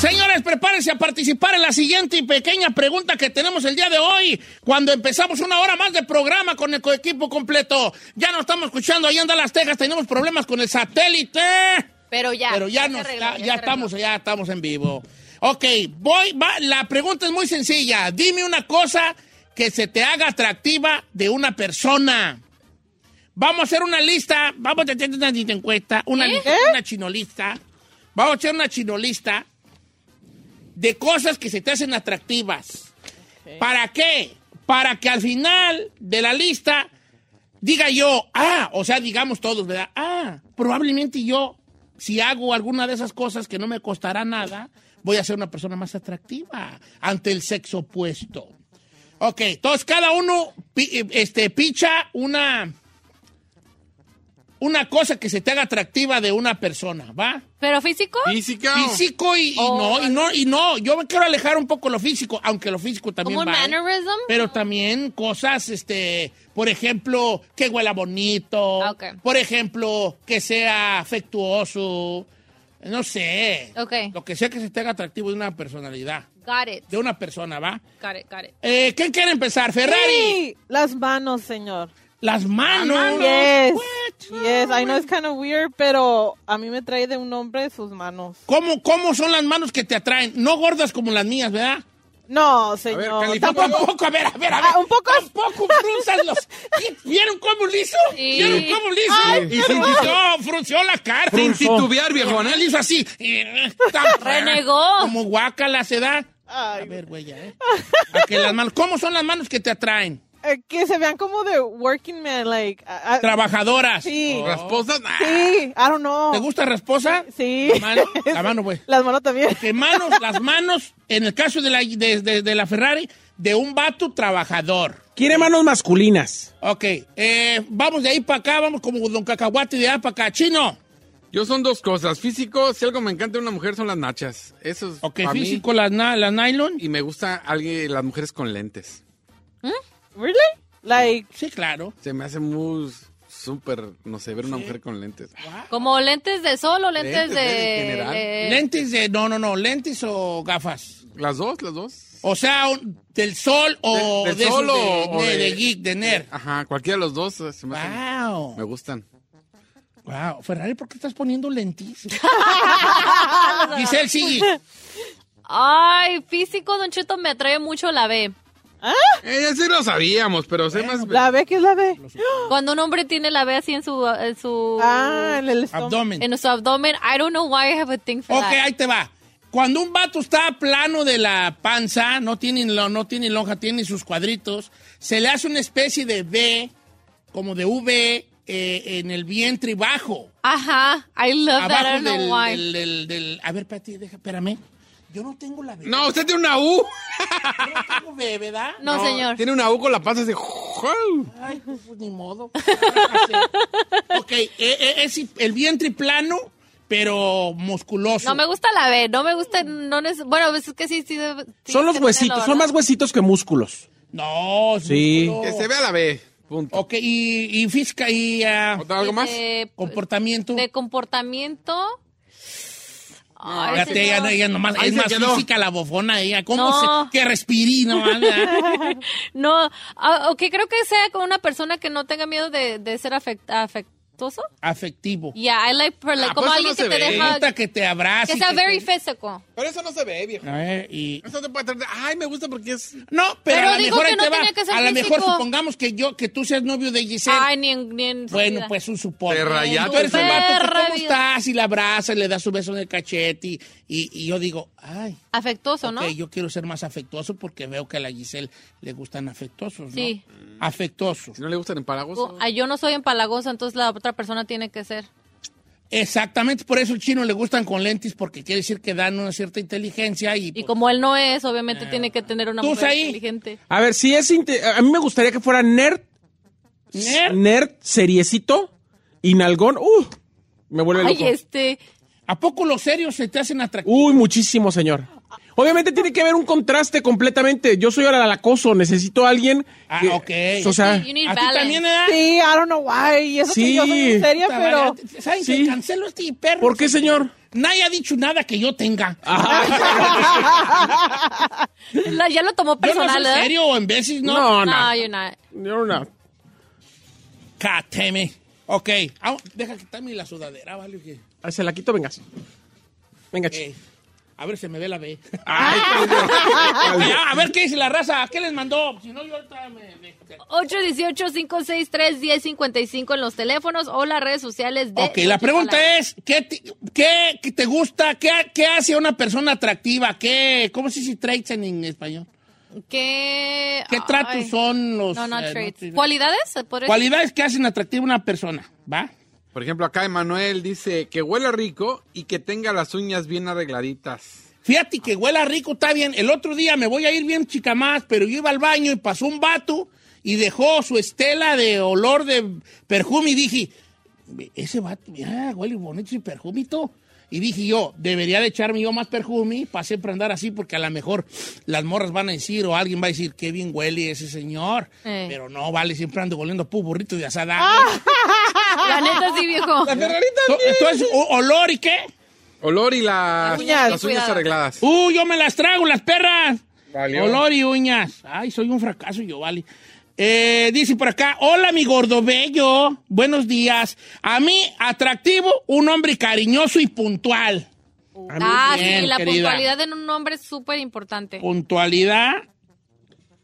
Señores, prepárense a participar en la siguiente y pequeña pregunta que tenemos el día de hoy, cuando empezamos una hora más de programa con el co- equipo completo. Ya nos estamos escuchando ahí en Dallas, Texas, tenemos problemas con el satélite. Pero ya. Pero ya, se nos- arregló, ya, se ya arregló. estamos, ya estamos en vivo. Ok, voy, va- la pregunta es muy sencilla. Dime una cosa que se te haga atractiva de una persona. Vamos a hacer una lista, vamos a hacer una encuesta, ¿Eh? una, lista, una chinolista. Vamos a hacer una chinolista de cosas que se te hacen atractivas. ¿Para qué? Para que al final de la lista diga yo, ah, o sea, digamos todos, ¿verdad? Ah, probablemente yo, si hago alguna de esas cosas que no me costará nada, voy a ser una persona más atractiva ante el sexo opuesto. Ok, entonces cada uno pi- eh, este, picha una, una cosa que se te haga atractiva de una persona, ¿va? ¿Pero físico? Física. Físico y, y Oh. no, y no, y no, yo me quiero alejar un poco lo físico, aunque lo físico también ¿Como un va. ¿eh? mannerism? Pero también cosas, este, por ejemplo, que huela bonito. Ah, ok. Por ejemplo, que sea afectuoso. No sé. Ok. Lo que sea que se te haga atractivo de una personalidad. Got it. De una persona, ¿va? Got it, got it. Eh, ¿Quién quiere empezar? Ferrari. Sí, las manos, señor. Las manos. Yes. What? Yes, I know it's kind of weird, pero a mí me trae de un hombre sus manos. ¿Cómo, ¿Cómo son las manos que te atraen? No gordas como las mías, ¿verdad? No, A señor. ver, califica. tampoco. Tampoco, a ver, a ver, a ver. Ah, un poco. Un poco frunzan los. ¿Vieron cómo lo hizo? Sí. ¿Vieron cómo lo hizo? Ay, y pero- frunció, frunció la cara. Sin titubear, Viejo, viejón, él ¿eh? hizo así. Tan- Renegó. Como guaca la edad. Ay. A ver, güey, ya, ¿eh? A que las manos. ¿Cómo son las manos que te atraen? Eh, que se vean como de working man, like. ah, ah, Trabajadoras. Oh. sí, Rasposas. nah. sí, I don't know. ¿Te gusta rasposa? Sí. La mano, la mano, güey. Las manos también. Que manos, las manos, en el caso de la, de- de- de la Ferrari, de un vato trabajador. Quiere manos masculinas. Ok, eh, vamos de ahí para acá, vamos como Don Cacahuate de allá para acá. Chino. Yo son dos cosas. Físico, si algo me encanta de una mujer son las nachas. Eso es Ok, pa' mí. físico, las, na- las nylon. Y me gusta alguien, las mujeres con lentes. Really? Like, Sí, claro. Se me hace muy súper, no sé, ver una mujer con lentes. Como lentes de sol o lentes, Lentes, de... eh, en general. de- Lentes de, no, no, no, lentes o gafas. Las dos, las dos. O sea, un- del sol o del de, esos sol de, o- o de- de- de geek, de nerd. Ajá, cualquiera de los dos eh, se me hacen- Me Wow. gustan. Wow. Ferrari, ¿por qué estás poniendo lentis? Giselle, sí. Ay, físico, Don Cheto, me atrae mucho la B. Eh, sí lo sabíamos, pero sé más. ¿la B? ¿Qué es la B? Cuando un hombre tiene la B así en su... En su, Ah, en el estómago. Abdomen. en su abdomen, I don't know why I have a thing for Ok, that. ahí te va. Cuando un vato está plano de la panza, no tiene, lo- no tiene lonja, tiene sus cuadritos, se le hace una especie de V, como de V, eh, en el vientre bajo. Ajá, I love that, I abajo don't know del, why. del- del- del- A ver, Pati, deja, espérame. Yo no tengo la V. No, usted tiene una U. Yo no tengo V, ¿verdad? no, señor. Tiene una U con la panza así. Ay, pues ni modo. ok, eh, eh, es el vientre plano, pero musculoso. No me gusta la B, no me gusta, no neces- bueno, pues es que sí, sí. debe- sí, son los que tenerlo, huesitos, son ¿verdad? más huesitos que músculos. No, es Sí. músculo. Que se vea la B. Punto. Oh. Ok, y, y física y ah, ¿Algo más? Eh, comportamiento. de comportamiento. Ay, Ah, Fíjate, señor. ella, ella nomás, Ahí es se más quedó. física la bofona ella. ¿Cómo No. se, que respirí nomás? ¿verdad? ah, No, ah, ok, creo que sea con una persona que no tenga miedo de, de ser afect- afect- afectuoso. Afectivo. Yeah, I like, for, like Ah, como pues eso alguien no que se te ve. Me deja, gusta que te abrace. ah, que sea que te- very physical. Pero eso no se ve, viejo. Eh, y- Eso te puede tratar. Ay, me gusta porque es. No, pero, Pero a lo dijo mejor que ahí no te va. tenía que ser A lo mejor físico. supongamos que yo, que tú seas novio de Giselle. Ay, ni en, ni en su bueno, vida. pues un supongo. Te rayaste. Tú eres un vato que, Perra ¿cómo vida. estás? Y la abraza, y le das su beso en el cachete. Y, y- y yo digo, ay, Afectuoso, ¿no? ok, yo quiero ser más afectuoso porque veo que a la Giselle le gustan afectuosos, ¿no? Sí. Afectuosos. Si no le gustan empalagos. O- ah, yo no soy empalagosa, entonces la otra persona tiene que ser. Exactamente, por eso al chino le gustan con lentes porque quiere decir que dan una cierta inteligencia y... Y pues, Eh, como él no es, obviamente tiene que tener una ¿Tú, mujer Saí? inteligente. A ver, si es. inte- A mí me gustaría que fuera nerd. ¿nerd? Nerd, seriecito. Y nalgón. Uh, me vuelve Ay, loco. este. ¿A poco los serios se te hacen atractivos? Uy, muchísimo, señor. Obviamente tiene que haber un contraste completamente. Yo soy al acoso. Necesito a alguien. Ah, que- ok. O sea. You need ¿A ti Uh, balance. también, edad? Sí, I don't know why. Y eso Sí. que yo soy muy seria, pero... ¿Saben Sí. que cancelo este perro? ¿Por qué, Ah. señor? Nadie ha dicho nada que yo tenga. La- ya lo tomó yo no personal, soy ¿eh? serio o en veces no. No, No, no. you're not. No, no. Cateme. Ok. Ah, deja quitarme la sudadera, ¿vale? Que- Ah, Se la quito, venga. Venga, chi. eh, a ver, se me ve la B. Ay, coño. Ah, a ver qué dice la raza. ¿Qué les mandó? Si no, yo ahorita me... me- 818-563-1055 en los teléfonos o las redes sociales de... Ok, la pregunta es, ¿qué, ti- qué, qué te gusta? ¿Qué, qué hace a una persona atractiva? ¿Qué, ¿Cómo se dice traits en, en español? ¿Qué, ¿Qué tratos Ay. son los... No, no, eh, traits. no- ¿Cualidades? ¿Se podría decir? cualidades que hacen atractiva a una persona, ¿va? Por ejemplo, acá Emanuel dice que huela rico y que tenga las uñas bien arregladitas. Fíjate que huela rico, está bien. El otro día me voy a ir bien chica más, pero yo iba al baño y pasó un vato y dejó su estela de olor de perfume y dije, ese vato, mira, huele bonito y perfumito. Y dije yo, debería de echarme yo más perfume, pasé por andar así, porque a lo mejor las morras van a decir o alguien va a decir, qué bien huele ese señor. Eh. Pero no, vale, siempre ando oliendo a pu burrito de asada. La neta sí, viejo. To- Entonces, o- olor y qué? Oh, Olor y las, Las uñas, las uñas cuidado. arregladas. ¡Uh, yo me las trago, las perras! Valió. Olor y uñas. Ay, soy un fracaso yo, vale. Eh, dice por acá, hola mi gordo bello, buenos días. A mí, atractivo, un hombre cariñoso y puntual. Ah, Bien, sí, la querida. puntualidad en un hombre es súper importante. Puntualidad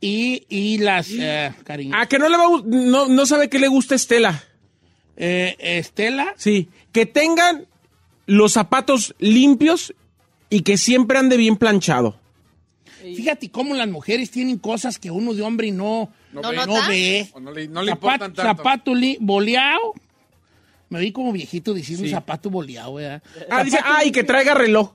y, y las eh, cariñosas. Ah, que no le va a gust- no, no sabe qué le gusta a Estela. Eh, Estela, Sí. Que tengan los zapatos limpios y que siempre ande bien planchado. fíjate cómo las mujeres tienen cosas que uno de hombre no, No no, ve. no ve. O No le, no le Zapat- importan tanto. Zapato li- boleado. Me vi como viejito diciendo zapato boleado, ¿verdad? Ah, dice, ah, y que traiga reloj.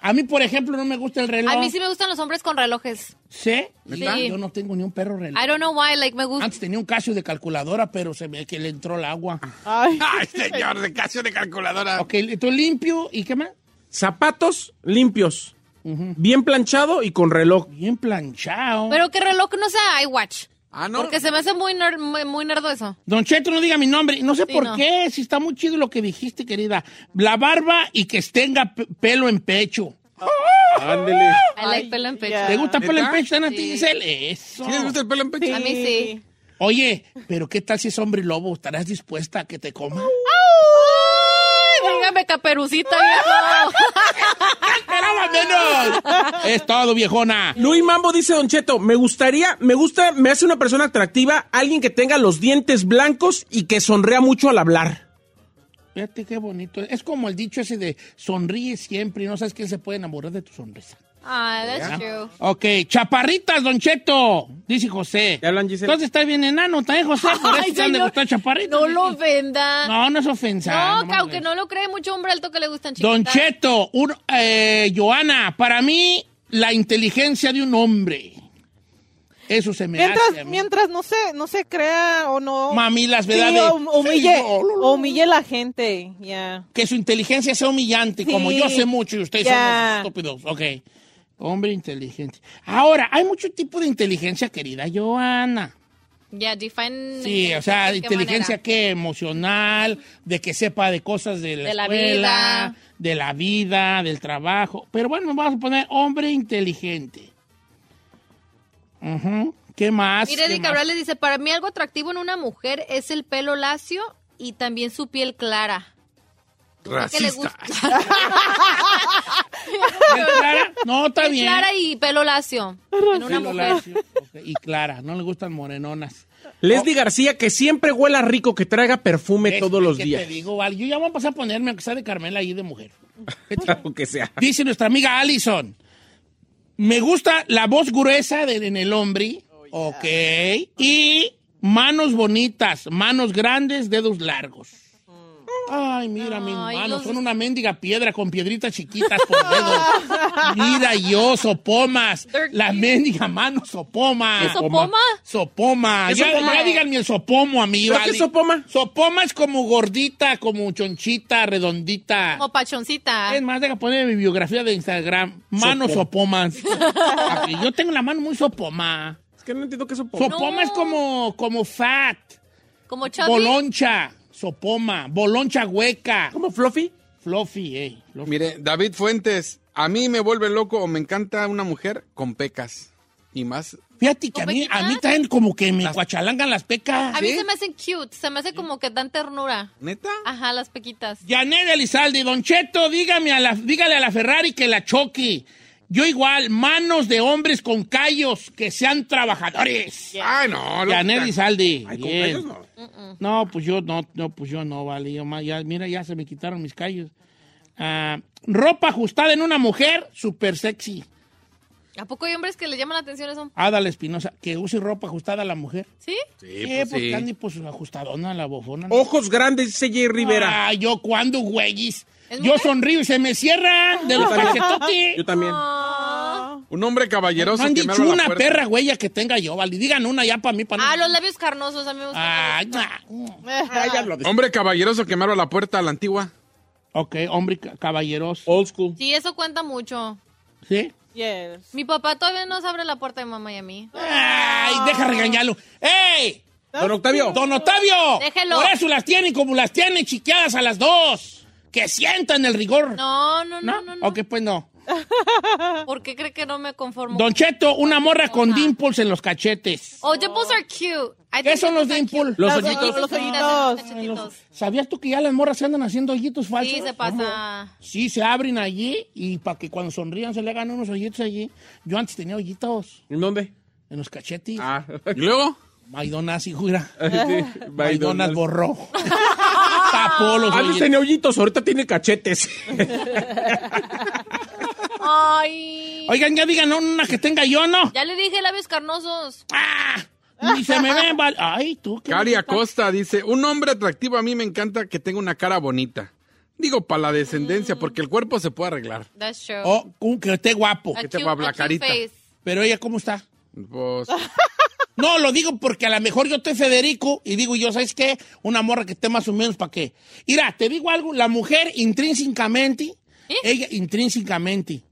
A mí, por ejemplo, no me gusta el reloj. A mí sí me gustan los hombres con relojes. ¿Sí? ¿Neta? Yo no tengo ni un perro reloj. I don't know why, like, me gusta. Antes tenía un casio de calculadora, pero se me que le entró el agua. Ah. Ay, Ay, señor, de Casio de calculadora. Ok, entonces limpio y qué más? Zapatos limpios. Bien planchado y con reloj. Bien planchado. Pero que reloj no sea iWatch. Ah, no. Porque se me hace muy nerd, muy, muy nerdo eso. Don Cheto, no diga mi nombre. No sé Sí, por no. qué, si está muy chido lo que dijiste, querida. La barba y que tenga pe- pelo en pecho. Ah. Ándele. I like pelo en pecho. ya. ¿Te gusta pelo en ¿Neta? pecho, Dana T. Giselle? Eso. ¿Sí les gusta el pelo en pecho? A mí sí. Oye, pero ¿qué tal si es hombre lobo? ¿Estarás dispuesta a que te coma? Ay, dígame caperucita, viejo. ¡Esperaba menos! es todo, viejona. Luis Mambo dice, Don Cheto, me gustaría, me gusta, me hace una persona atractiva, alguien que tenga los dientes blancos y que sonrea mucho al hablar. Fíjate qué bonito. Es como el dicho ese de sonríe siempre y no sabes quién se puede enamorar de tu sonrisa. Ah, that's true. Ok, chaparritas, Don Cheto, dice José. ¿Te hablan, Giselle? Entonces está bien enano, también José. Por eso Ay, te han de señor, gustar chaparritas. No lo venda. No, no es ofensa. No, nomás que aunque es. no lo cree, mucho hombre alto que le gustan chiquitas. Don Cheto, un- eh, Joana, para mí, la inteligencia de un hombre. Eso se me hace. a mientras, mí. mientras no se, no se crea o no... Mami, las Sí, verdades. hum- humille, Sí, no, no, no. humille la gente, ya. Que su inteligencia sea humillante, como Sí. yo sé mucho y ustedes Ya. son unos estúpidos. Ok. Hombre inteligente. Ahora, hay mucho tipo de inteligencia, querida Joana. Ya, define. Sí, o sea, ¿de qué inteligencia manera? que emocional, de que sepa de cosas de la, De la escuela, vida. de la vida, del trabajo. Pero bueno, vamos a poner hombre inteligente. Ujú. ¿Qué más? Mire, ¿Qué Eddie más? Cabral le dice, para mí algo atractivo en una mujer es el pelo lacio y también su piel clara. Que le Racista. gusta ¿Es Clara? No, está piel bien. clara y pelo lacio. En una Pelo mujer. lacio. Ok, Y Clara, no le gustan morenonas. Oh. Leslie García, que siempre huela rico, que traiga perfume Es todos los que días. Este, Te digo, Val, yo ya voy a pasar a ponerme, aunque sea de Carmela ahí de mujer. Aunque sea. Dice nuestra amiga Allison. Me gusta la voz gruesa de, en el hombre. Oh, Ok. Y manos bonitas, manos grandes, dedos largos. Ay, mira mis Ay, manos, los- son una mendiga piedra con piedritas chiquitas por dedos. Mira yo, sopomas. They're La cute. mendiga mano sopoma. ¿Eso poma? Sopoma. ¿Qué Ya, sopoma? ya díganme el sopomo, amigo. ¿Pero qué es sopoma? Sopoma es como gordita, como chonchita, redondita. Como pachoncita. Es más, deja poner mi biografía de Instagram. Manos sopomas. Porque Yo tengo la mano muy sopoma. Es que no entiendo qué es sopo- Sopoma No. es como, como fat, Como chubby. boloncha, sopoma, boloncha hueca. ¿Como Fluffy? Fluffy, eh. fluffy. Mire, David Fuentes, a mí me vuelve loco o me encanta una mujer con pecas. Y más, Fíjate que a mí, a mí traen como que me guachalangan las pecas. A mí ¿Sí? se me hacen cute, se me hace como que dan ternura. ¿neta? Ajá, las pequitas. Janet Elizalde, Don Cheto, dígame a la, dígale a la Ferrari que la choque. Yo igual, manos de hombres con callos que sean trabajadores. Ay, no. loca. Janet Elizalde. Ay, con bien. ellos no. No, pues yo no, no, pues yo no, vale. yo más, ya, mira, ya se me quitaron mis callos. Ah, ropa ajustada en una mujer, súper sexy. ¿A poco hay hombres que le llaman la atención eso? Adal Espinosa, que use ropa ajustada a la mujer. ¿Sí? Sí, eh, pues pues sí. Candy, pues ajustadona, la bofona. ¿no? Ojos grandes, dice Jay Rivera. Ah, yo cuando, güeyes. ¿Es Yo mujer? sonrío y se me cierran de los cachetotes. Yo también. Un hombre caballeroso. No han que me dicho abra la una puerta. perra huella que tenga yo, vale. Digan una ya para mí, para Ah, los labios carnosos, a mí me gustan. Ah, nah. Ay, Ah, ya lo de- Hombre caballeroso que me abra la puerta a la antigua. Ok, hombre ca- Oh. caballeroso. Old school. Sí, eso cuenta mucho. ¿Sí? Yes. Mi papá todavía nos abre la puerta de mamá y a mí. Ay, deja regañarlo. ¡Ey! Don Octavio. ¡Don Octavio! Déjelo. Por eso las tienen como las tienen, chiqueadas a las dos. Que sientan el rigor. No, no, no, no. no. Ok, pues no. ¿Por qué cree que no me conformo? Don Cheto, una morra con dimples en los cachetes. Oh, dimples are cute. I ¿Qué think son los dimples are dimples? cute. Los Las- hoyitos. Los Los hoyitos. cachetitos. ¿Sabías tú que ya las morras se andan haciendo hoyitos falsos? Sí, se pasa. Sí, se abren allí y para que cuando sonrían se le hagan unos hoyitos allí. Yo antes tenía hoyitos ¿En dónde? en los cachetes. Ah. Y luego, Maidonas y jura. Maidonas Maidonas. borró. Tapó los Antes hoyitos. tenía hoyitos, ahorita tiene cachetes. Ay. Oigan, ya digan una que tenga yo, ¿no? Ya le dije labios carnosos. ¡Ah! Ni se me ven, val- Ay, tú. qué Cari bonita. Acosta dice, un hombre atractivo a mí me encanta que tenga una cara bonita. Digo, para la descendencia, porque el cuerpo se puede arreglar. That's true. Oh, un que esté guapo. A que te cute- guapa la a cute carita. face. Pero ella, ¿cómo está? Pues, No, lo digo porque a lo mejor yo estoy Federico y digo yo, ¿sabes qué? Una morra que esté más o menos para qué. Mira, te digo algo, la mujer intrínsecamente, ¿Eh? ella intrínsecamente,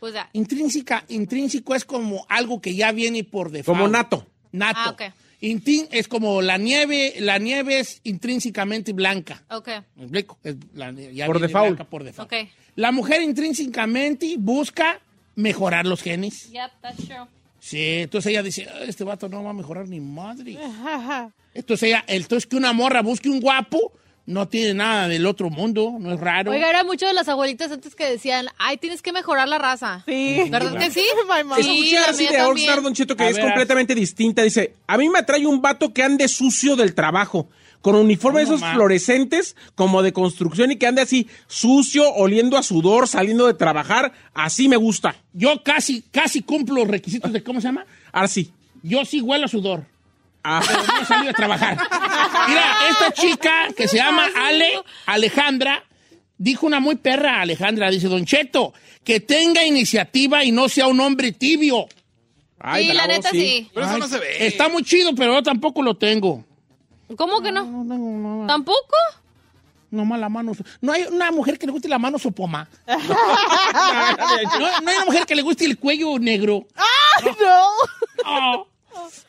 Pues ya. intrínseca, intrínseco es como algo que ya viene por default. Como nato. Nato. Ah, ok. Intrín- es como la nieve, la nieve es intrínsecamente blanca. Ok. ¿Me explico? Es la- ya Por viene default. blanca por default. Ok. La mujer intrínsecamente busca mejorar los genes. Yep, that's true. Sí, entonces ella dice, "Ah, este vato no va a mejorar ni madre. Entonces ella, entonces que una morra busque un guapo, no tiene nada del otro mundo, no es raro. Oiga, era mucho de las abuelitas antes que decían, ay, tienes que mejorar la raza. Sí. ¿Verdad que sí? My mom. Sí, Escuché la así mía de All también. Star, Don Cheto, que A es ver, completamente distinta. Dice, a mí me atrae un vato que ande sucio del trabajo, con uniforme de No esos más. fluorescentes, como de construcción, y que ande así sucio, oliendo a sudor, saliendo de trabajar. Así me gusta. Yo casi, casi cumplo los requisitos de, ¿cómo se llama? Así. Yo sí huelo a sudor. Ah. pero no he salido a trabajar. Mira, esta chica que se llama Ale, Alejandra, dijo una muy perra, Alejandra, dice, Don Cheto, que tenga iniciativa y no sea un hombre tibio. Ay, sí, la bravo, neta sí. pero eso no se ve. Está muy chido, pero yo tampoco lo tengo. ¿Cómo que no? ¿Tampoco? Nomás la mano. No hay una mujer que le guste la mano sopoma. No, no hay una mujer que le guste el cuello negro. No. Oh.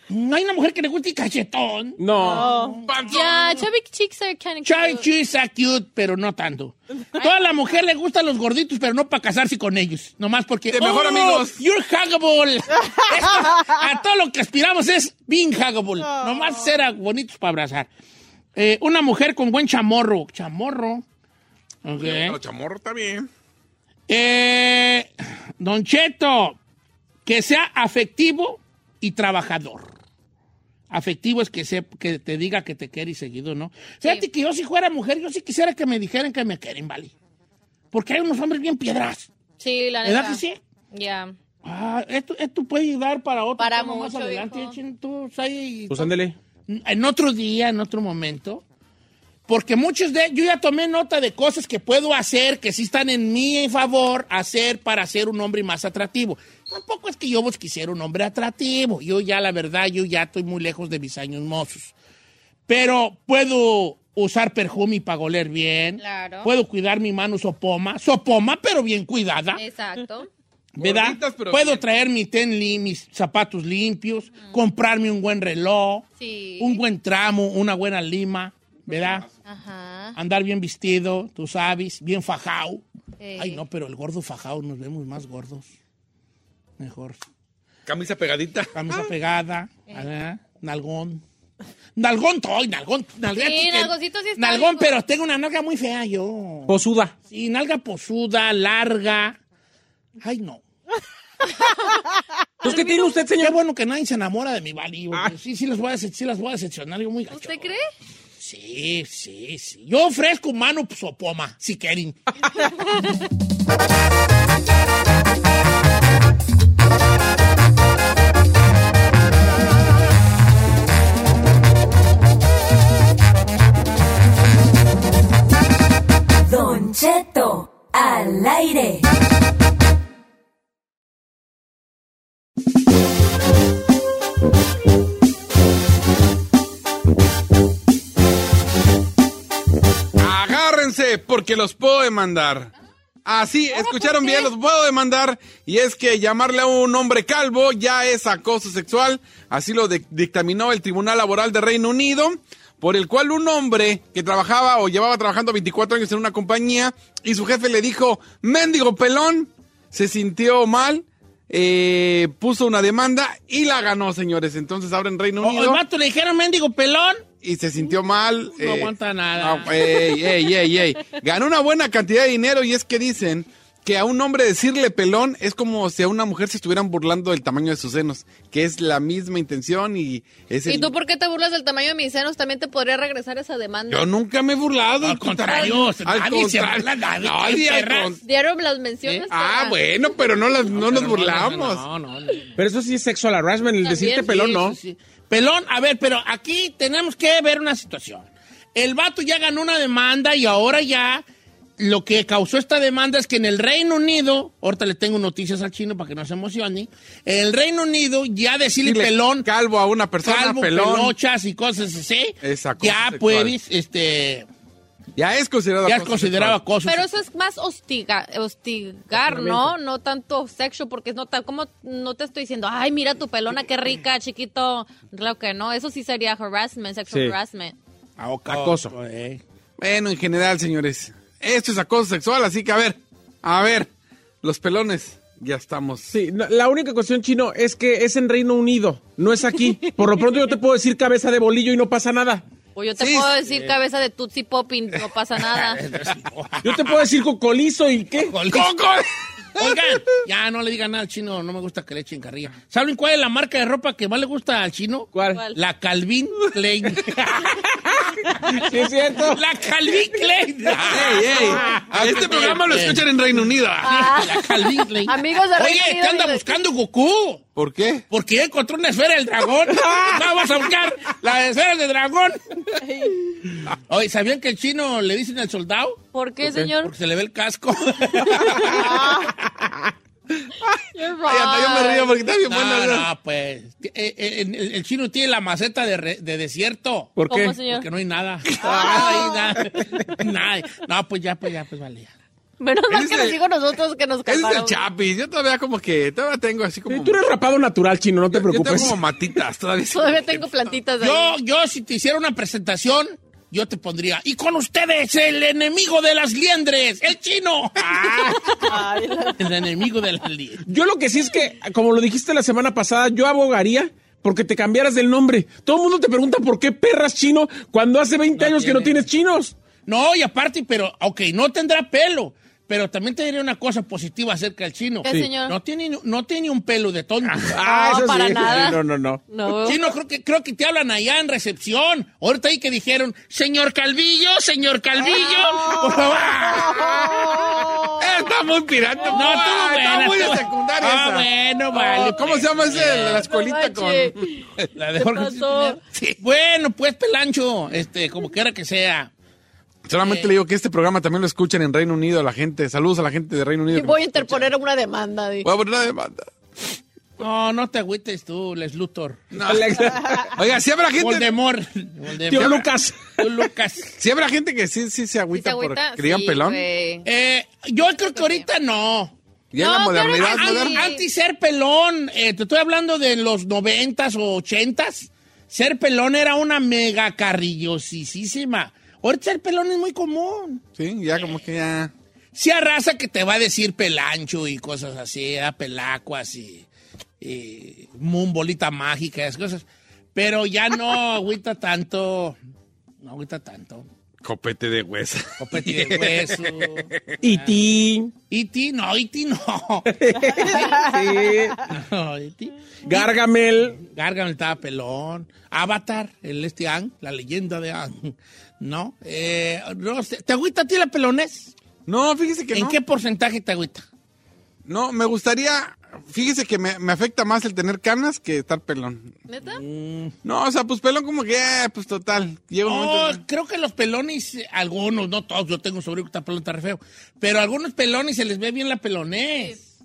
No hay una mujer que le guste el cachetón. No. Ya, chubby chicks are kind of Chai cute. Chu está cute, pero no tanto. Toda la mujer le gustan los gorditos, pero no para casarse con ellos. Nomás porque. "Oh, De mejor amigos. You're huggable. Eso, a todo lo que aspiramos es being huggable. Nomás ser a- bonitos para abrazar. Eh, una mujer con buen chamorro. Chamorro. Ok. Pero chamorro está bien. Eh, don Cheto, que sea afectivo y trabajador. Afectivo es que, se, que te diga que te quiere y seguido, ¿no? Fíjate que yo si fuera mujer, yo sí quisiera que me dijeran que me quieren, ¿vale? Porque hay unos hombres bien piedras. Sí, la ¿Verdad neta. que sí? Ya. Ah, esto, esto puede ayudar para otro Para tema más mucho, adelante. hijo. Chin, tú, Sayi, Pues ándele. en otro día, en otro momento, porque muchos de yo ya tomé nota de cosas que puedo hacer que sí están en mi favor hacer para ser un hombre más atractivo. Tampoco es que yo pues, quisiera un hombre atractivo. Yo ya, la verdad, yo ya estoy muy lejos de mis años mozos. Pero puedo usar perfume para oler bien. Claro. Puedo cuidar mi mano sopoma. Sopoma, pero bien cuidada. Exacto. ¿Verdad? Gorditas, pero Puedo bien. traer mi ten lim- mis zapatos limpios, comprarme un buen reloj, Sí. un buen tramo, una buena lima, ¿verdad? Ajá. Andar bien vestido, tú sabes, bien fajado. Eh. Ay, no, pero el gordo fajado nos vemos más gordos. Mejor. Camisa pegadita. Camisa pegada, Eh. ¿verdad? Nalgón. Nalgón, toy, nalgón. Nalgón, Sí, nalgoncito sí está Nalgón, rico. pero tengo una nalga muy fea yo. Posuda. Sí, nalga posuda, larga. Ay, no. Pues, ¿qué tiene usted, Qué señor? bueno que nadie se enamora de mi Bali. Ah. porque Sí, sí, las voy a, dece- sí las voy a decepcionar. Yo muy gacho. Eh, ¿Usted cree? Sí, sí, sí. Yo ofrezco mano sopoma, si quieren. Ah, Don Cheto, al aire. Agárrense, porque los puedo demandar. Así, escucharon bien, los puedo demandar. Y es que llamarle a un hombre calvo ya es acoso sexual. Así lo dic- dictaminó el Tribunal Laboral de Reino Unido, por el cual un hombre que trabajaba o llevaba trabajando 24 años en una compañía y su jefe le dijo, mendigo pelón, se sintió mal, eh, puso una demanda y la ganó, señores. Entonces ahora en Reino O, Oh, el Unido vato le dijeron mendigo pelón. y se sintió mal. eh, No aguanta nada. no, Ah, ey, ey, ey, ey. Ganó una buena cantidad de dinero y es que dicen que a un hombre decirle pelón es como si a una mujer se estuvieran burlando del tamaño de sus senos, que es la misma intención y es ¿Y el- tú por qué te burlas del tamaño de mis senos? También te podría regresar esa demanda. Yo nunca me he burlado. Al tú contrario, sabes. nadie se burla, nadie, Nadie, al perra. con- Diario me las mencionas. Ah, perra. bueno, pero no, las, no, nos burlamos. No, no, no. Pero eso sí es sexual harassment, el También, este decirte sí, pelón, ¿no? Sí, sí. Pelón, a ver, pero aquí tenemos que ver una situación. El vato ya ganó una demanda y ahora ya lo que causó esta demanda es que en el Reino Unido, ahorita le tengo noticias al chino para que no se emocione, en el Reino Unido ya decirle Dile pelón, Calvo a una persona, calvo, pelón. pelochas y cosas así, Esa cosa ya sexual. puedes, este, Ya es considerado ya es acoso considerado sexual. acoso. Pero eso es más hostiga, hostigar, ¿no? No tanto sexo, porque no tan como no te estoy diciendo, ay, mira tu pelona, qué rica, chiquito. Claro que no, eso sí sería harassment, sexual Sí. harassment. Ah, ok. Acoso. Eh. Bueno, en general, señores, esto es acoso sexual, así que a ver, a ver, los pelones, ya estamos. Sí, no, la única cuestión, Chino, es que es en Reino Unido, no es aquí. Por lo pronto yo te puedo decir cabeza de bolillo y no pasa nada. O yo te Sí, puedo decir cabeza de Tootsie Popping, no pasa nada. Yo te puedo decir cocolizo y qué. ¡Coco! Oigan, ya no le digan nada al chino, no me gusta que le echen carrilla. ¿Saben cuál es la marca de ropa que más le gusta al chino? ¿Cuál? ¿Cuál? La Calvin Klein. Sí, es cierto. la Calvin Klein. ¡Ey, ey! A este programa lo escuchan en Reino Unido. Ah. La Calvin Klein. Amigos de Oye, Reino te Unido, anda digo- buscando Goku. ¿Por qué? Porque ya encontró una esfera del dragón. No, vas a buscar la esfera del dragón. Oye, ¿sabían que el chino le dicen al soldado? ¿Por qué, señor? Porque se le ve el casco. You're Ay, hasta yo me río right. porque está bien No, buena. ¿verdad? no, pues. eh, eh, el, el chino tiene la maceta de, re- de desierto. ¿Por qué? ¿Cómo, señor? Porque no hay nada. Nada, ahí, nada. Nada. No, pues ya, pues ya, pues vale. ya. Menos mal Ese que es nos el- dijo nosotros que nos Ese es el calmaron. chapis, yo todavía como que, todavía tengo así como... Sí, Tú eres rapado natural, Chino, no te yo tengo preocupes. como matitas todavía. Todavía tengo plantitas de Yo, yo, si te hiciera una presentación, yo te pondría. Y con ustedes, el enemigo de las liendres, el chino. Ah, Ay, la- el enemigo de las liendres. Yo lo que sí es que, como lo dijiste la semana pasada, yo abogaría porque te cambiaras del nombre. Todo el mundo te pregunta por qué perras chino cuando hace 20 años que no tienes chinos. No, y aparte, pero, ok, no tendrá pelo. Pero también te diré una cosa positiva acerca del chino. ¿Qué, Sí. señor? No tiene, ni- no tiene ni un pelo de tonto. Ah, No, para nada. No, no, no. No. Chino, creo que, creo que te hablan allá en recepción. Ahorita ahí que dijeron, señor Calvillo, señor Calvillo. Ah. Por favor. Está Ah, muy pirata. No, tú Ah, buena, Está muy tú- de secundaria Ah, esa. bueno, Ah, vale. ¿Cómo pues. se llama ese? de La escuelita No con... manches. La de Jorge pasó? Sí. Bueno, pues, Pelancho, este, como quiera que sea. Solamente le digo que este programa también lo escuchan en Reino Unido la gente. Saludos a la gente de Reino Unido. Y que voy a nos interponer una demanda. escucha. di. Voy a poner una demanda. No, no te agüites tú, Les Luthor. Oiga, si habrá gente, Voldemort. Voldemort. Tío Lucas. Tú, Lucas. si habrá gente que sí, sí se agüita, ¿Sí se por agüita? que digan Sí, pues. pelón. güey. Eh, yo creo que ahorita no. Ya en la No, claro que modernidad sí. moderna. An- Antes ser pelón, eh, te estoy hablando de los noventas o ochentas, ser pelón era una mega carrillosísima. Ahorita ser pelón es muy común. Sí, ya como que ya. Si arrasa que te va a decir pelancho y cosas así, ah, pelacuas y, y moon bolita mágica, esas cosas. Pero ya no agüita tanto, no agüita tanto. Copete de hueso. Copete de hueso. Y ti. Iti, no, Iti no. no E.T. Gargamel. Gargamel estaba pelón. Avatar, el este Ang, la leyenda de Ang. No, eh, no sé. ¿Te agüita a ti la pelonés? No, fíjese que ¿En no. qué porcentaje te agüita? No, me gustaría. Fíjese que me, me afecta más el tener canas que estar pelón. ¿Neta? No, o sea, pues pelón como que, eh, pues total. Llega un Oh, momento. creo que los pelones, eh, algunos, no todos, yo tengo un sobrino que está pelón, está re feo. Pero a algunos pelones se les ve bien la pelonés.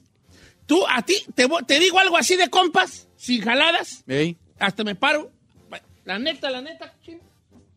Tú, a ti, te, vo- te digo algo así de compas, sin jaladas, Ey. hasta me paro. La neta, la neta, chino,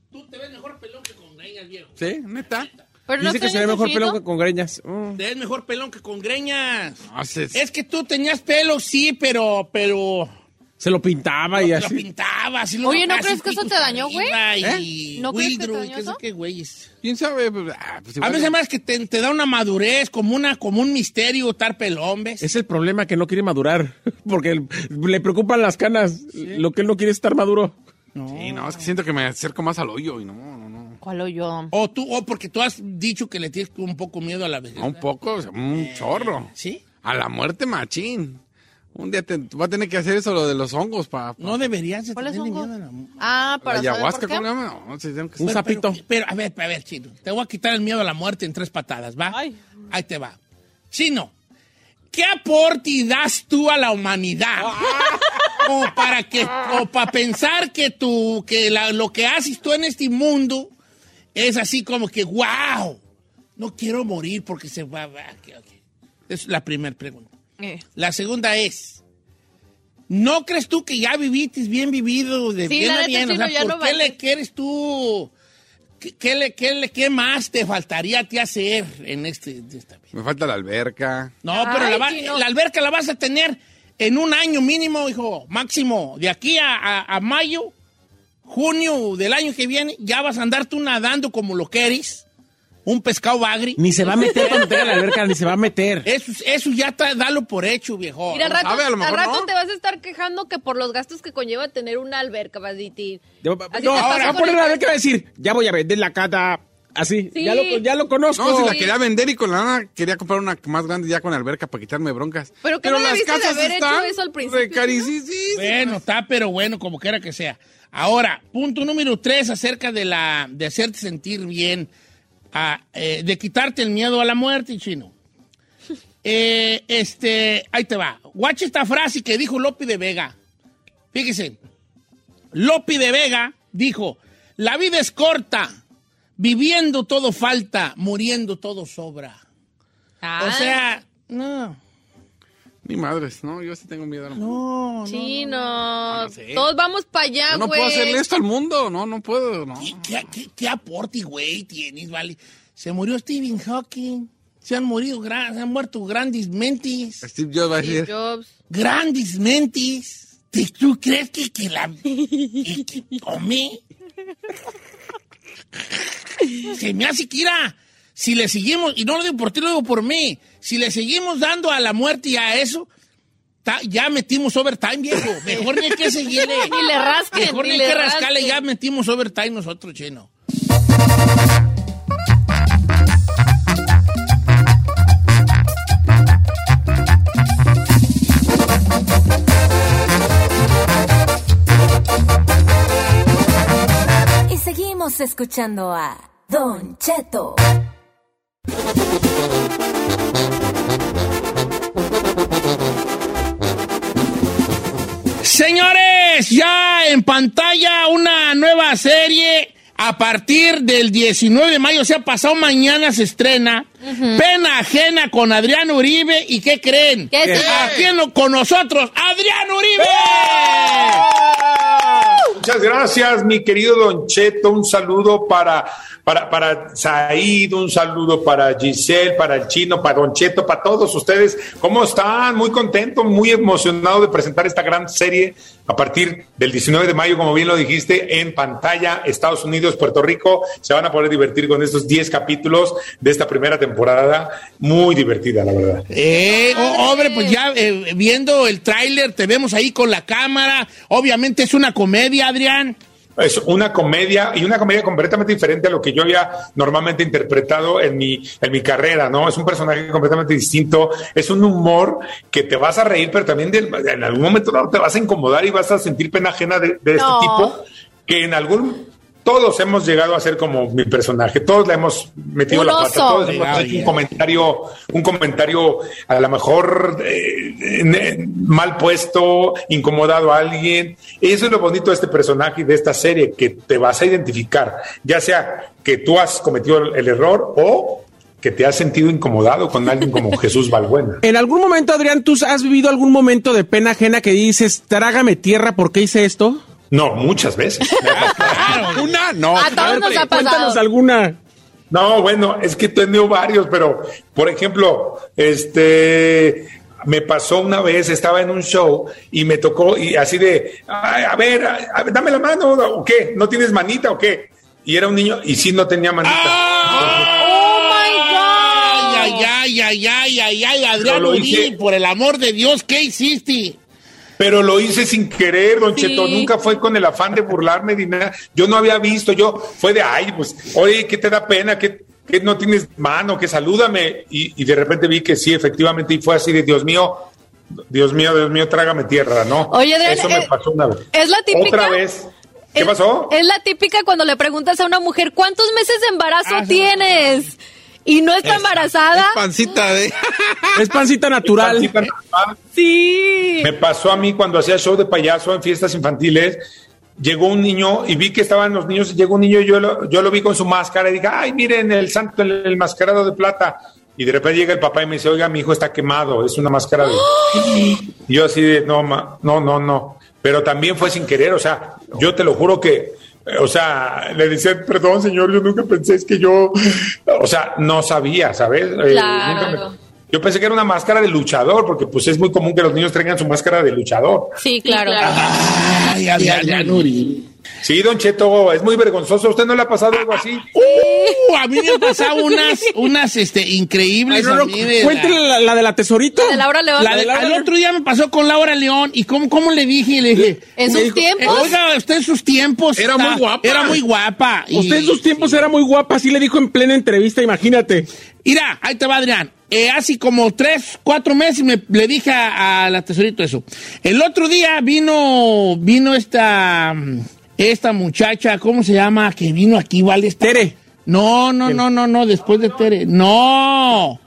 tú te ves mejor pelón que con greñas, viejo. ¿Sí? ¿Neta? Pero no Dice que extrañas se ve el mejor chino. pelón que con greñas. Mm. Te ves mejor pelón que con greñas. No, se- Es que tú tenías pelo, sí, pero, pero Se lo pintaba y te lo así. pintabas. y luego Oye, ¿no casi crees que eso picos te dañó, güey? arriba y ¿Eh? ¿No crees que te Wildrew, dañó y qué sé eso? qué güeyes. ¿Quién sabe? Pues, ah, pues A igual- mí se me hace que te, te da una madurez, como una, como un misterio estar pelón, ¿ves? Es el problema que no quiere madurar, porque el- le preocupan las canas. Lo que él no quiere es estar maduro. Sí, no, es que siento que me acerco más al hoyo y no, no, no. ¿Cuál o yo? O tú, o porque tú has dicho que le tienes un poco miedo a la vejez. No, un poco, o sea, un chorro. Eh, ¿Sí? A la muerte, machín. Un día te, va a tener que hacer eso, lo de los hongos, pa. pa- No deberías de ¿Cuáles tenerle miedo son? go- a la mu- Ah, la para saber ayahuasca, por qué. ¿cómo se llama? No, sí, tengo que Un saber. sapito. Pero, pero, a ver, a ver, chino. Te voy a quitar el miedo a la muerte en tres patadas, ¿va? Ay. Ahí te va. Chino, ¿qué aporte das tú a la humanidad? o para que, o para pensar que tú, que la- lo que haces tú en este mundo es así como que, wow, no quiero morir porque se va. va ok, ok". Es la primera pregunta. Eh. La segunda es, ¿no crees tú que ya viviste bien vivido, de Sí, bien la a neta, bien? O chino, sea, ya ¿por no qué vale. le quieres tú? ¿Qué, qué le, qué, le- qué más te faltaría a ti hacer en este, de esta vida? Me falta la alberca. No, pero la, va- chino. la alberca la vas a tener en un año mínimo, hijo, máximo. De aquí a, a- a mayo, junio del año que viene, ya vas a andar tú nadando como lo que eres, un pescado bagre. Ni se va a meter cuando tenga la alberca, ni se va a Eh, meter. Eso, eso ya está, dalo por hecho, viejo. Mira, al rato, sabe, a lo al mejor rato no. te vas a estar quejando que por los gastos que conlleva tener una alberca, vas y te- No, Así te pasó ahora va a con poner el- la alberca y va a decir, ya voy a vender la cata. Así, Sí. ya, lo, ya lo conozco. No, si la Sí. quería vender y con la lana quería comprar una más grande ya con alberca para quitarme broncas. Pero que no debiste de haber hecho eso al principio, recarisísimas. Bueno, está, pero bueno, como quiera que sea. Ahora, punto número tres acerca de la de hacerte sentir bien, ah, eh, de quitarte el miedo a la muerte, chino. Eh, este, ahí te va. Guacha esta frase que dijo Lopi de Vega. Fíjese, Lopi de Vega dijo, la vida es corta, viviendo todo falta, muriendo todo sobra. Ah, O sea, no, Ni madres, no, yo sí tengo miedo. a la- no, no. chino. Ah, sé. Todos vamos para Yo allá, güey. no puedo hacerle esto al mundo, no, no puedo, no. ¿Qué, qué- qué- qué aporte, güey, tienes, vale? Se murió Stephen Hawking. Se han morido, gran- se han muerto grandes mentis. Steve Jobs va a Steve decir, Jobs. Grandes mentis. ¿Te- ¿Tú crees que, que la... que- que come? Se me hace que irá. Si le seguimos, y no lo digo por ti, lo digo por mí, si le seguimos dando a la muerte y a eso, Ta- ya metimos overtime, viejo. Mejor ni hay que seguirle. Ni le rasquen, Mejor ni ni hay le que rascarle. rasquen. Ya metimos overtime nosotros, chino. Y seguimos escuchando a Don Cheto. Señores, ya en pantalla una nueva serie a partir del 19 de mayo, o sea, pasado mañana se estrena Pena Ajena con Adrián Uribe. ¿Y qué creen? ¿Qué es? Aquí en- con nosotros, Adrián Uribe. ¡Eh! Muchas gracias, mi querido Don Cheto. Un saludo para, para, para Said, un saludo para Giselle, para el chino, para Don Cheto, para todos ustedes. ¿Cómo están? Muy contento, muy emocionado de presentar esta gran serie a partir del 19 de mayo, como bien lo dijiste, en pantalla, Estados Unidos, Puerto Rico. Se van a poder divertir con estos 10 capítulos de esta primera temporada. Muy divertida, la verdad. Eh, oh, hombre, pues ya eh, viendo el tráiler, te vemos ahí con la cámara. Obviamente es una comedia, Adrián. Es una comedia y una comedia completamente diferente a lo que yo había normalmente interpretado en mi, en mi carrera, ¿no? Es un personaje completamente distinto, es un humor que te vas a reír, pero también del- en algún momento dado te vas a incomodar y vas a sentir pena ajena de, de este No. tipo, que en algún... Todos hemos llegado a ser como mi personaje, todos le hemos metido Un la pata, oso. todos hemos Cuidado, hecho un ya. comentario, un comentario a lo mejor eh, en- en- mal puesto, incomodado a alguien. Eso es lo bonito de este personaje y de esta serie, que te vas a identificar, ya sea que tú has cometido el, el error o que te has sentido incomodado con alguien como Jesús Valbuena. En algún momento, Adrián, ¿tú has vivido algún momento de pena ajena que dices, trágame tierra, ¿por qué hice esto? No, muchas veces. Una, no. pues, A todos nos ha Cuéntanos pasado. alguna. No, bueno, es que he tenido varios, pero por ejemplo, este me pasó una vez, estaba en un show y me tocó y así de, "Ay, a ver, a- a ver, dame la mano o qué, no tienes manita o qué. Y era un niño y sí no tenía manita. Ah, ¡Oh, my God! Ay, ay, ay, ay, ay, ay, Adrián Pero lo Uribe, hice. por el amor de Dios, ¿qué hiciste? Pero lo hice sin querer, don Sí. Cheto. Nunca fue con el afán de burlarme ni nada. Yo no había visto, yo fue de, ay, pues, oye, ¿qué te da pena? ¿Qué, qué no tienes mano? Que salúdame. Y, y de repente vi que sí, efectivamente, y fue así de, Dios mío, Dios mío, Dios mío, trágame tierra, ¿no? Oye, Adrián, Eso me eh, pasó una vez. ¿es la típica? Otra vez. ¿Qué Es- pasó? Es la típica cuando le preguntas a una mujer, ¿cuántos meses de Ah, embarazo tienes? Y no está embarazada. Pancita de. Es pancita natural. Pancita normal. Sí. Me pasó a mí cuando hacía show de payaso en fiestas infantiles. Llegó un niño y vi que estaban los niños. y Llegó un niño y yo lo, yo lo vi con su máscara y dije, ay, miren, el santo, el, el mascarado de plata. Y de repente llega el papá y me dice, oiga, mi hijo está quemado, es una máscara de... Y yo así de, no, ma- no, no, no. Pero también fue sin querer, o sea, yo te lo juro que, eh, o sea, le decía, perdón, señor, yo nunca pensé, es que yo, o sea, no sabía, ¿sabes? Eh, Claro. nunca me- yo pensé que era una máscara de luchador, porque pues es muy común que los niños traigan su máscara de luchador. Sí, claro. Ay, ay, Adrián Uribe. Sí, don Cheto, es muy vergonzoso. ¿A ¿Usted no le ha pasado algo así? Uh, a mí me han pasado unas, unas este, Ay, increíbles. no, no, a mí de la- cuéntale la, la de la tesorito. La de Laura León. La de- Laura al León. otro día me pasó con Laura León y cómo, cómo le dije, le dije, ¿En me sus dijo, tiempos? eh, Oiga, usted en sus tiempos. Era muy guapa. Era muy guapa. y- Usted en sus tiempos era muy guapa, así le dijo en plena entrevista, imagínate. Mira, ahí te va Adrián. Eh, hace como tres, cuatro meses me, le dije a, a la tesorito eso. El otro día vino, vino esta, esta muchacha, ¿cómo se llama? Que vino aquí, ¿vale? Esta- Tere. No, no, no, no, no, después de Tere. No.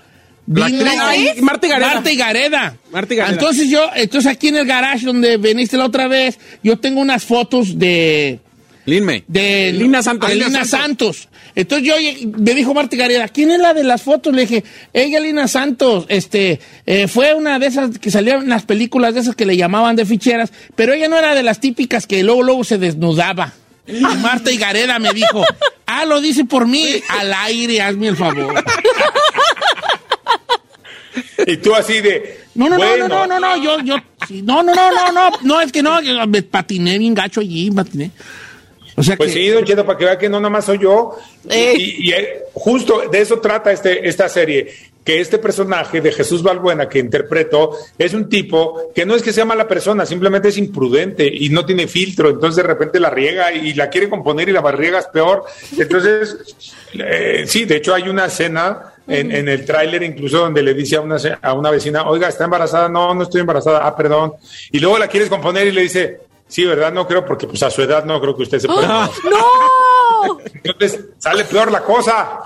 La Vino- actriz. Ay, Marta y Gareda. Marta y Gareda. Marta y Gareda. Entonces yo, entonces aquí en el garage donde veniste la otra vez, yo tengo unas fotos de, Linme. de Lina Santos. de Ah, Lina Lina Santos. Santos. Entonces yo lleg- me dijo Marta Gareda, ¿quién es la de las fotos? Le dije, ella Lina Santos, este, eh, fue una de esas que salieron en las películas de esas que le llamaban de ficheras, pero ella no era de las típicas que luego luego se desnudaba. Y Marta y Gareda me dijo, ah, lo dice por mí, al aire, hazme el favor. Y tú así de... No, no, bueno, no, no, no, no, yo, yo, sí, no, no, no, no, no, no, es que no, yo me patiné bien gacho allí, patiné. O sea Pues que... sí, don Cheto, para que vea que no nada más soy yo. Y, y, eh, justo de eso trata este, esta serie. que este personaje de Jesús Balbuena que interpretó es un tipo que no es que sea mala persona, simplemente es imprudente y no tiene filtro, entonces de repente la riega y la quiere componer y la barriega es peor. Entonces, eh, sí, de hecho hay una escena en, en el tráiler incluso donde le dice a una, se- a una vecina, oiga, está embarazada, no, no estoy embarazada, ah, perdón. Y luego la quieres componer y le dice, sí, ¿verdad? No creo, porque pues a su edad no creo que usted se pueda. ¡No! Entonces sale peor la cosa.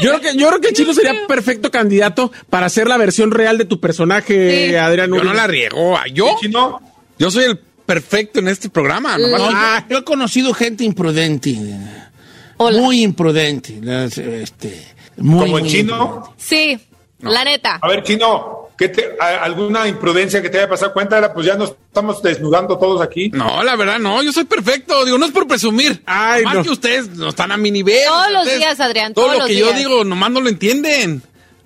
Yo creo que, yo creo que Chilo sería perfecto candidato para hacer la versión real de tu personaje, Sí. Adrián Yo Uribe. no la riego. Yo, Chino, yo soy el perfecto en este Mm. programa. nomás- No, Ah, yo, yo he conocido gente imprudente. Hola. Muy imprudente. las, Este, muy, como el muy chino. Sí, la neta. A ver, chino, ¿qué te, a- ¿alguna imprudencia que te haya pasado? Cuéntala, pues ya nos estamos desnudando todos aquí. No, la verdad no, yo soy perfecto. Digo, no es por presumir. Ay, Más no. que ustedes no están a mi nivel. Todos los Ustedes- días, Adrián, Todo todos lo los que yo días. digo, nomás no lo entienden.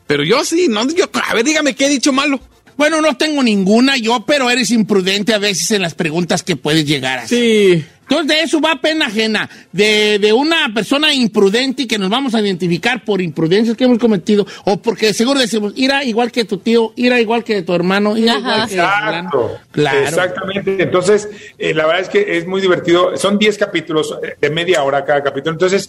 Pero yo sí, no, yo, a ver, dígame qué he dicho malo. Bueno, no tengo ninguna yo, pero eres imprudente a veces en las preguntas que puedes llegar a hacer. Sí. Entonces, de eso va pena ajena. De, de una persona imprudente y que nos vamos a identificar por imprudencias que hemos cometido o porque de seguro decimos, irá igual que tu tío, irá igual que tu hermano, irá igual que Exacto. fulano". Claro. Exactamente. Entonces, eh, la verdad es que es muy divertido. Son 10 capítulos eh, de media hora cada capítulo. Entonces,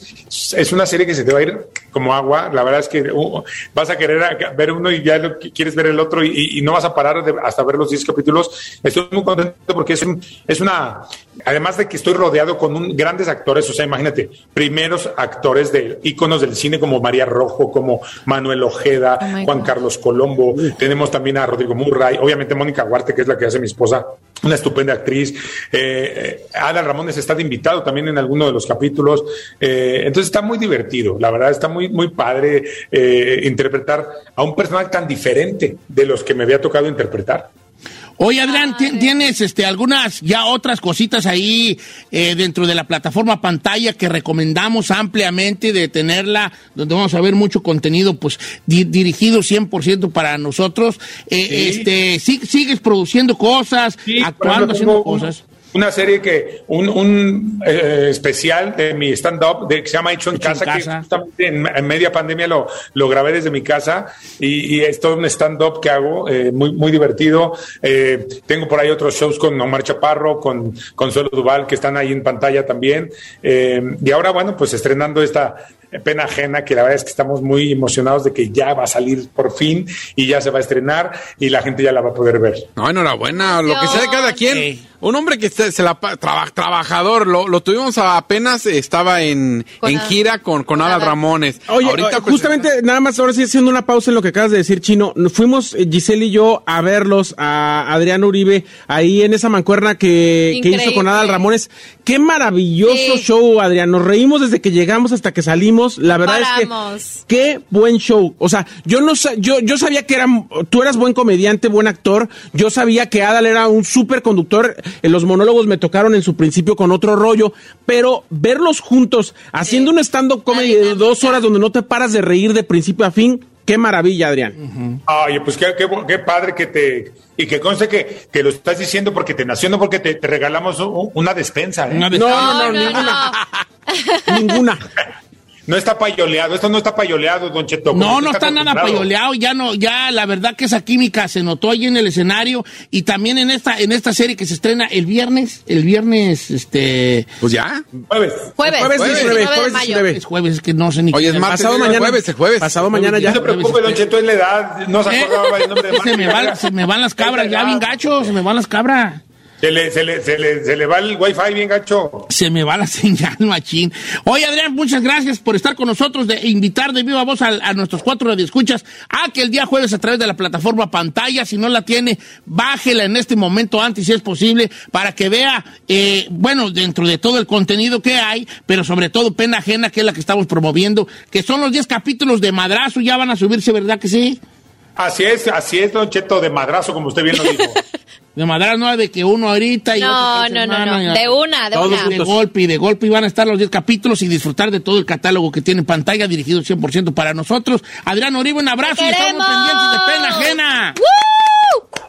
es una serie que se te va a ir como agua. La verdad es que uh, vas a querer a- ver uno y ya lo que quieres ver el otro y, y no vas a parar de- hasta ver los 10 capítulos. Estoy muy contento porque es, un- es una... Además de que estoy rodeado con un- grandes actores, o sea, imagínate, primeros actores de íconos del cine como María Rojo, como Manuel Ojeda, Oh my Juan God. Carlos Colombo, tenemos también a Rodrigo Murray, obviamente Mónica Huarte, que es la que hace mi esposa, una estupenda actriz. Eh, eh, Adal Ramones está de invitado también en alguno de los capítulos. Eh, entonces está muy divertido, la verdad está muy, muy padre eh, interpretar a un personaje tan diferente de los que me había tocado interpretar. Oye, Adrián, ti- ¿tienes este, algunas, ya otras cositas ahí eh, dentro de la plataforma pantalla que recomendamos ampliamente de tenerla, donde vamos a ver mucho contenido pues di- dirigido 100% para nosotros? Eh, Sí. este, si- ¿Sigues produciendo cosas, Sí, por actuando, ejemplo, haciendo tengo un- cosas? Una serie que, un, un, eh, especial de mi stand-up de- que se llama Hecho en Hecho en Casa, Casa. que justamente en, en media pandemia lo, lo grabé desde mi casa y, y es todo un stand-up que hago, eh, muy, muy divertido. Eh, tengo por ahí otros shows con Omar Chaparro, con Consuelo Duval, que están ahí en pantalla también. Eh, y ahora, bueno, pues estrenando esta pena ajena, que la verdad es que estamos muy emocionados de que ya va a salir por fin y ya se va a estrenar y la gente ya la va a poder ver. No, enhorabuena, lo que sea de cada quien. Sí. Un hombre que se, se la pa- traba- trabajador, lo, lo tuvimos apenas, eh, estaba en, Con en Ad- gira con, con con Adal Adal. Ramones. Oye, Ahorita, oye, pues, justamente, nada más ahora sí haciendo una pausa en lo que acabas de decir, Chino. Nos Fuimos eh, Giselle y yo a verlos, a Adrián Uribe, ahí en esa mancuerna que, que hizo Increíble. con Adal Ramones. Qué maravilloso Sí. show, Adrián. Nos reímos desde que llegamos hasta que salimos. La verdad es Paramos. que qué buen show. O sea, yo no sa- yo, yo sabía que era, tú eras buen comediante, buen actor. Yo sabía que Adal era un súper conductor. Eh, Los monólogos me tocaron en su principio con otro rollo, pero verlos juntos haciendo un stand-up comedy de dos horas donde no te paras de reír de principio a fin. Qué maravilla, Adrián. Ay, pues qué, qué, qué padre que te... Y que conste que, que lo estás diciendo porque te nació, no porque te, te regalamos u- una despensa. ¿eh? Una No. vez- No, no, no. Ninguna. está payoleado, esto no está payoleado, don Cheto. como No, usted no está nada acostumbrado. payoleado, ya no, ya la verdad que esa química se notó ahí en el escenario y también en esta, en esta serie que se estrena el viernes, el viernes, este, Pues ya. Jueves. Jueves. Jueves 19, 19 de jueves mayo. 19. es jueves, es que no sé ni Oye, qué es día. martes, Pasado digo, el mañana. jueves, el jueves. Pasado mañana No ya. se preocupe, Este, don Cheto, es la edad, no se ¿Eh? acordaba el nombre de se, me va- se me van las cabras, ya bien gacho, se me van las cabras. Se le, se, le, se, le, se le va el wifi bien gacho. Se me va la señal, machín. Oye, Adrián, muchas gracias por estar con nosotros, de invitar de viva voz a, a nuestros cuatro radioescuchas a que el día jueves a través de la plataforma pantalla, si no la tiene, bájela en este momento antes, si es posible, para que vea, eh, bueno, dentro de todo el contenido que hay, pero sobre todo Pena Ajena, que es la que estamos promoviendo, que son los 10 capítulos de Madrazo, ya van a subirse, ¿verdad que sí? Así es, así es, don Cheto, de madrazo, como usted bien lo dijo. De Madrazo, no de que uno ahorita y No, otro no, otra no, semana, no. y- De una, de Todos una. de golpe y de golpe iban a estar los 10 capítulos y disfrutar de todo el catálogo que tiene en pantalla dirigido 100% para nosotros. Adrián Oribe, un abrazo y estamos queremos! pendientes de pena ajena.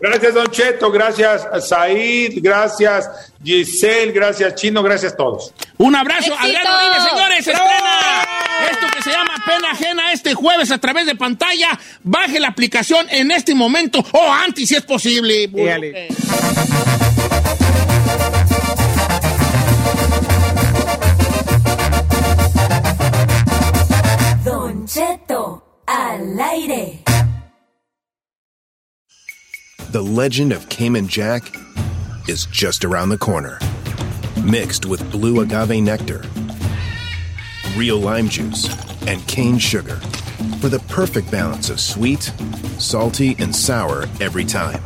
Gracias, don Cheto, gracias, Said, gracias, Giselle, gracias, Chino, gracias a todos. Un abrazo, ¡Éxito! Adrián Oribe, señores, se estrena. Esto que se llama pena ajena este jueves a través de pantalla. Baje la aplicación en este momento o antes si es posible. Dale. Ok. Don Cheto, al aire. The legend of Cayman Jack is just around the corner. Mixed with blue agave nectar, real lime juice, and cane sugar for the perfect balance of sweet, salty, and sour every time.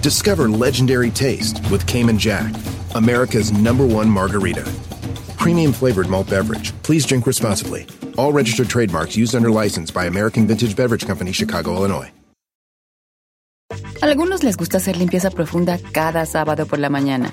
Discover legendary taste with Cayman Jack, America's number one margarita. Premium flavored malt beverage. Please drink responsibly. All registered trademarks used under license by American Vintage Beverage Company, Chicago, Illinois. Algunos les gusta hacer limpieza profunda cada sábado por la mañana.